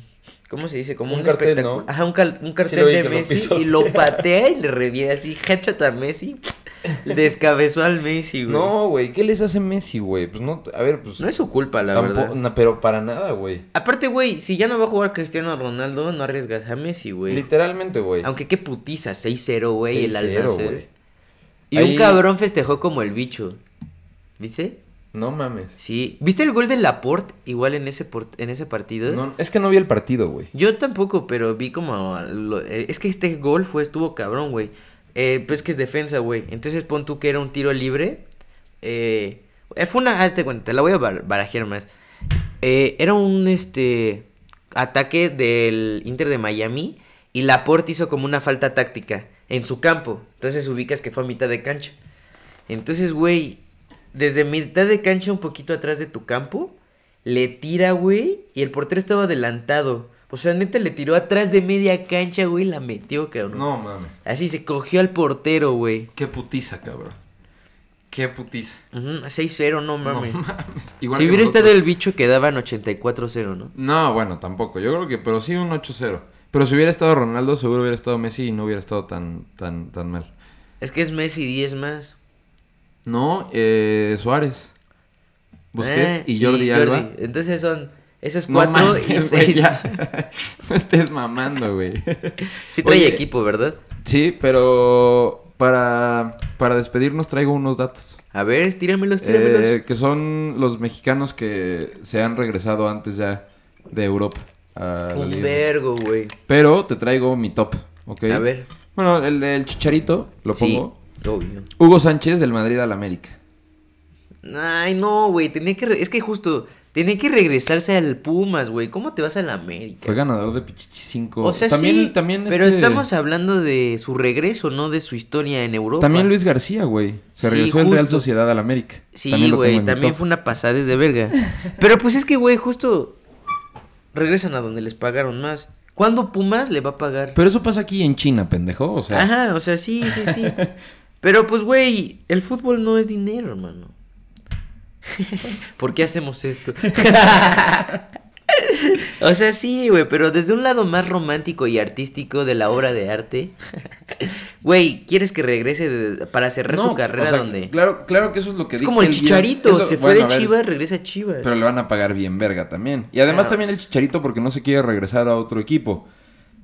B: ¿cómo se dice? Como
A: Un
B: un,
A: cartel,
B: espectáculo.
A: ¿no?
B: Ajá, un, cal- un cartel
A: lo vi
B: de
A: que lo
B: Messi y
A: pisotea.
B: lo patea y le reviene así, headshot a Messi. Descabezó al Messi, güey.
A: No, güey, ¿qué les hace Messi, güey? Pues no, a ver, pues...
B: No es su culpa, la
A: tampoco-
B: verdad.
A: no, pero para nada, güey.
B: Aparte, güey, si ya no va a jugar Cristiano Ronaldo, no arriesgas a Messi, güey.
A: Literalmente, güey.
B: Aunque qué putiza, 6-0, güey, el
A: 6-0,
B: Al
A: güey.
B: Y
A: Ahí-
B: un cabrón festejó como el bicho. ¿Viste?
A: No mames.
B: Sí. ¿Viste el gol de Laporte igual en ese por- en ese partido?
A: No, es que no vi el partido, güey.
B: Yo tampoco, pero vi como a lo- eh, es que este gol fue estuvo cabrón, güey. Eh, pues que es defensa, güey. Entonces pon tú que era un tiro libre. Eh, eh, fue una hazte cuenta, te la voy a bar- barajear más. Eh, era un este ataque del Inter de Miami y Laporte hizo como una falta táctica en su campo. Entonces ubicas que fue a mitad de cancha. Entonces, güey, desde mitad de cancha un poquito atrás de tu campo, le tira, güey, y el portero estaba adelantado. O sea, neta le tiró atrás de media cancha, güey, y la metió, cabrón.
A: No mames.
B: Así se cogió al portero, güey.
A: Qué putiza, cabrón. Qué putiza.
B: Ujú, 6-0, no mames. si
A: Igual que
B: hubiera
A: nosotros.
B: estado el bicho, quedaban 84-0, ¿no?
A: No, bueno, tampoco. Yo creo que, pero sí un 8-0. Pero si hubiera estado Ronaldo, seguro hubiera estado Messi y no hubiera estado tan, tan, tan mal.
B: Es que es Messi 10 más.
A: No, eh, Suárez. Busquets
B: Ah,
A: y Jordi Alba.
B: Entonces son esos
A: No
B: 4 y
A: mames, güey,
B: 6.
A: ya. No estés mamando, güey.
B: Sí trae
A: Oye.
B: equipo, ¿verdad?
A: Sí, pero para, para despedirnos traigo unos datos.
B: A ver, estíramelos, tíramelos.
A: Eh, que son los mexicanos que se han regresado antes ya de Europa. a la
B: Un
A: Liga.
B: vergo, güey.
A: Pero te traigo mi top, ¿ok?
B: A ver.
A: Bueno, el del Chicharito, lo
B: Sí,
A: pongo.
B: obvio.
A: Hugo Sánchez del Madrid al América.
B: Ay, no, güey, tenía que... re- Es que justo Tenía que regresarse al Pumas, güey. ¿Cómo te vas al América?
A: Fue ganador de Pichichi 5.
B: O sea,
A: también,
B: sí,
A: también
B: pero
A: este-
B: estamos hablando de su regreso, no de su historia en Europa.
A: También Luis García, güey. Se
B: Sí,
A: regresó del Real
B: justo.
A: Sociedad al América.
B: Sí,
A: lo tengo
B: güey,
A: en mi
B: también
A: top.
B: fue una pasada de verga. Pero pues es que, güey, justo regresan a donde les pagaron más. ¿Cuándo Pumas le va a pagar?
A: Pero eso pasa aquí en China, pendejo. O sea,
B: Ajá, o sea, sí, sí, sí. Pero pues, güey, el fútbol no es dinero, hermano. ¿Por qué hacemos esto? o sea, sí, güey, pero desde un lado más romántico y artístico de la obra de arte. Güey, ¿quieres que regrese de- para cerrar
A: no,
B: su carrera
A: o sea,
B: donde?
A: Claro, claro que eso es lo que
B: es
A: dicta
B: como el
A: guión.
B: chicharito,
A: Es lo-
B: se fue
A: bueno,
B: de
A: a ver,
B: Chivas, regresa a Chivas.
A: Pero le van a pagar bien verga también. Y además
B: Claro.
A: también el chicharito porque no se quiere regresar a otro equipo.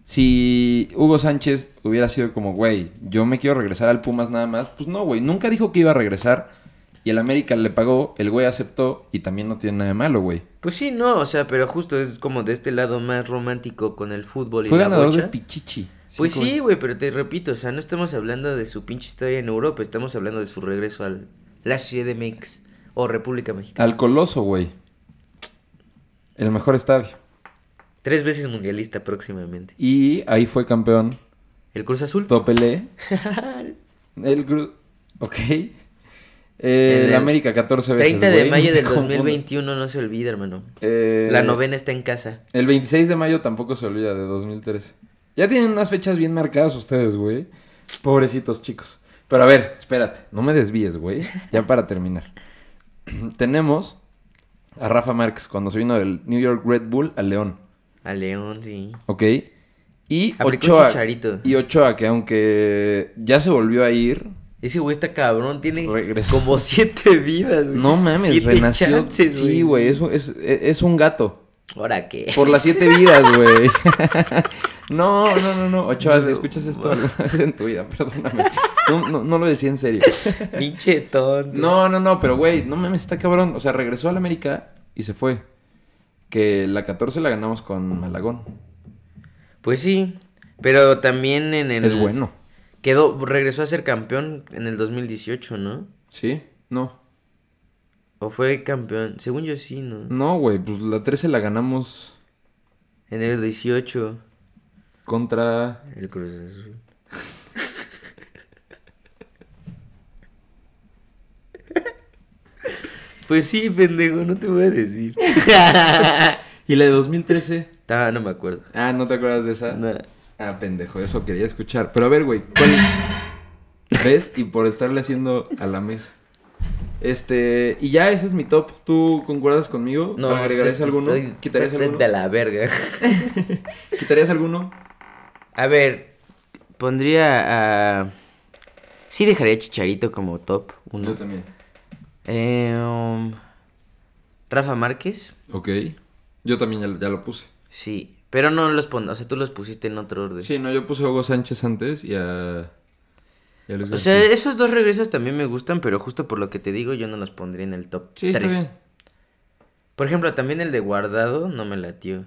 A: Si Hugo Sánchez hubiera sido como, güey, yo me quiero regresar al Pumas nada más, pues no, güey, nunca dijo que iba a regresar. Y el América le pagó, el güey aceptó y también no tiene nada de malo, güey.
B: Pues sí, no, o sea, pero justo es como de este lado más romántico con el fútbol y
A: Fue
B: la
A: ganador de
B: bocha.
A: Pichichi.
B: Pues
A: Cinco
B: sí, güey, pero te repito, o sea, no estamos hablando de su pinche historia en Europa, estamos hablando de su regreso al la CDMX o República Mexicana.
A: Al Coloso, güey. El mejor estadio.
B: Tres veces mundialista próximamente.
A: Y ahí fue campeón
B: El Cruz Azul.
A: Topelé. El Cruz... Ok. Eh,
B: En
A: el
B: el
A: América 14 veces.
B: 30 de
A: güey,
B: mayo
A: no
B: del
A: te confundas.
B: 2021, no se olvida, hermano.
A: Eh,
B: La novena está en casa.
A: El 26 de mayo tampoco se olvida de 2013. Ya tienen unas fechas bien marcadas ustedes, güey. Pobrecitos chicos. Pero a ver, espérate, no me desvíes, güey. Ya para terminar. Tenemos a Rafa Márquez cuando se vino del New York Red Bull al León.
B: A León, sí.
A: ¿Ok? Y
B: Aplicó un
A: Ochoa.
B: chicharito.
A: Y Ochoa, que aunque ya se volvió a ir,
B: Ese güey está cabrón, tiene
A: Regresó.
B: como siete vidas, güey.
A: no mames,
B: Siete
A: renació.
B: chances,
A: sí, güey, es, un- es- es un gato.
B: Ahora qué.
A: Por las siete vidas, güey. No, no, no, no. Ochoa, si escuchas esto alguna vez en tu vida, perdóname. No, no, no lo decía en serio.
B: Pinche tonto.
A: No, no, no, pero güey, no mames, está cabrón. O sea, regresó al América y se fue. Que la 14 la ganamos con Malagón.
B: Pues sí, pero también en el...
A: Es bueno.
B: Quedó, regresó a ser campeón en el 2018, ¿no?
A: ¿Sí? No.
B: ¿O fue campeón? Según yo sí, ¿no?
A: No, güey, pues la 13 la ganamos
B: En el 18,
A: contra.
B: el Cruz Azul. Pues sí, pendejo, no te voy a decir.
A: ¿Y la de 2013?
B: Ta- no me acuerdo.
A: Ah, ¿no te acuerdas de esa?
B: No.
A: Ah, pendejo, eso quería escuchar. Pero a ver, güey, ¿cuál ¿Ves? Y por estarle haciendo a la mesa. Este, y ya ese es mi top. ¿Tú concuerdas conmigo?
B: No,
A: ¿Agregarías
B: estoy-
A: alguno?
B: estoy- este
A: ¿Quitarías
B: estoy
A: alguno?
B: de la verga.
A: ¿Quitarías alguno?
B: A ver, pondría a... Sí dejaría a Chicharito como top uno.
A: Yo también.
B: Eh, um, Rafa Márquez,
A: Ok. Yo también ya, lo- ya lo puse.
B: sí. Pero no los pon, o sea, tú los pusiste en otro orden.
A: Sí, no, yo puse a Hugo Sánchez antes y a. y a Luis
B: O sea, eh,
A: García.
B: esos dos regresos también me gustan, pero justo por lo que te digo, yo no los pondría en el top
A: sí, está
B: 3.
A: bien.
B: Por ejemplo, también el de guardado no me latió.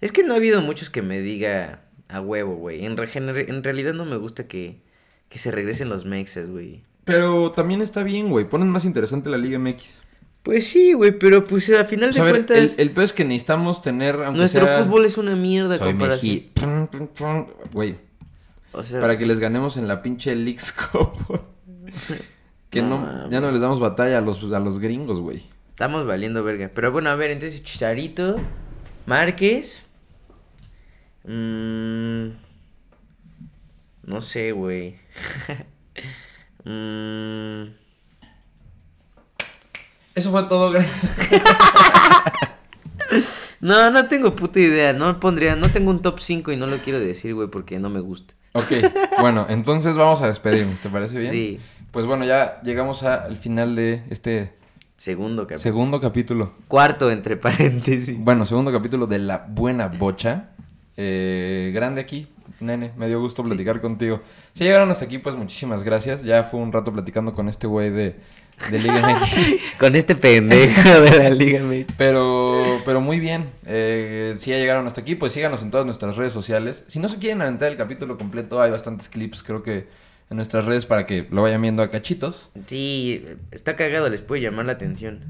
B: Es que no ha habido muchos que me diga a huevo, güey. En, regener- en realidad no me gusta que, que se regresen los mexas, güey.
A: Pero también está bien, güey. Ponen más interesante la Liga MX.
B: Pues sí, güey, pero pues a final
A: O sea,
B: de
A: a ver, el-
B: cuentas,
A: el, peor es que necesitamos tener. aunque
B: nuestro
A: sea-
B: fútbol es una mierda
A: Soy
B: comparación.
A: Meji- Tun, tun, tun. Güey,
B: O sea,
A: para que les ganemos en la pinche Leagues Cup. que
B: No
A: no,
B: mames.
A: ya no les damos batalla a los, a los gringos, güey.
B: Estamos valiendo verga. Pero bueno, a ver, entonces Chicharito, Márquez. mm, no sé, güey. Mm,
A: Eso fue todo, gracias.
B: no, no tengo puta idea. No pondría, no tengo un top 5 y no lo quiero decir, güey, porque no me gusta.
A: Ok, bueno, entonces vamos a despedirnos, ¿te parece bien?
B: Sí,
A: Pues bueno, ya llegamos a- al final de este
B: segundo capítulo.
A: segundo capítulo.
B: Cuarto, entre paréntesis.
A: Bueno, segundo capítulo de La Buena Bocha. Eh, grande aquí, nene. Me dio gusto platicar contigo. Si llegaron hasta aquí, pues muchísimas gracias. Ya fue un rato platicando con este güey de, de Liga MX.
B: Con este pendejo de la Liga MX.
A: Pero, pero muy bien. Eh, si ya llegaron hasta aquí, pues síganos en todas nuestras redes sociales. Si no se quieren aventar el capítulo completo, hay bastantes clips, creo que en nuestras redes para que lo vayan viendo a cachitos.
B: Sí, está cagado, les puede llamar la atención.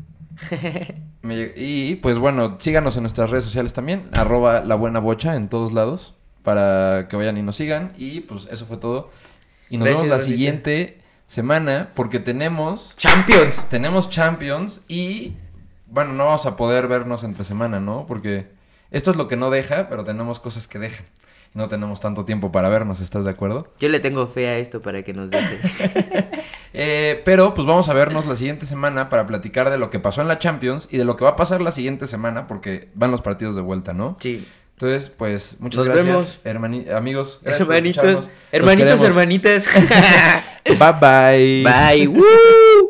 A: Me lleg- Y pues bueno, síganos en nuestras redes sociales también, arroba la buena bocha en todos lados, para que vayan y nos sigan. Y pues eso fue todo. Y nos
B: Gracias,
A: vemos la
B: bandita.
A: siguiente semana porque tenemos,
B: Champions.
A: tenemos Champions y bueno, no vamos a poder vernos entre semana, ¿no? Porque esto es lo que no deja, pero tenemos cosas que dejan. No tenemos tanto tiempo para vernos, ¿estás de acuerdo?
B: Yo le tengo fe a esto para que nos deje.
A: Eh, pero pues vamos a vernos la siguiente semana para platicar de lo que pasó en la Champions y de lo que va a pasar la siguiente semana porque van los partidos de vuelta, ¿no?
B: Sí.
A: Entonces, pues muchas
B: Nos
A: gracias,
B: vemos.
A: hermani- amigos. gracias por
B: Hermanitos, hermanitos,
A: escucharnos. Los queremos.
B: hermanitas.
A: Bye
B: Bye.
A: bye.
B: Woo.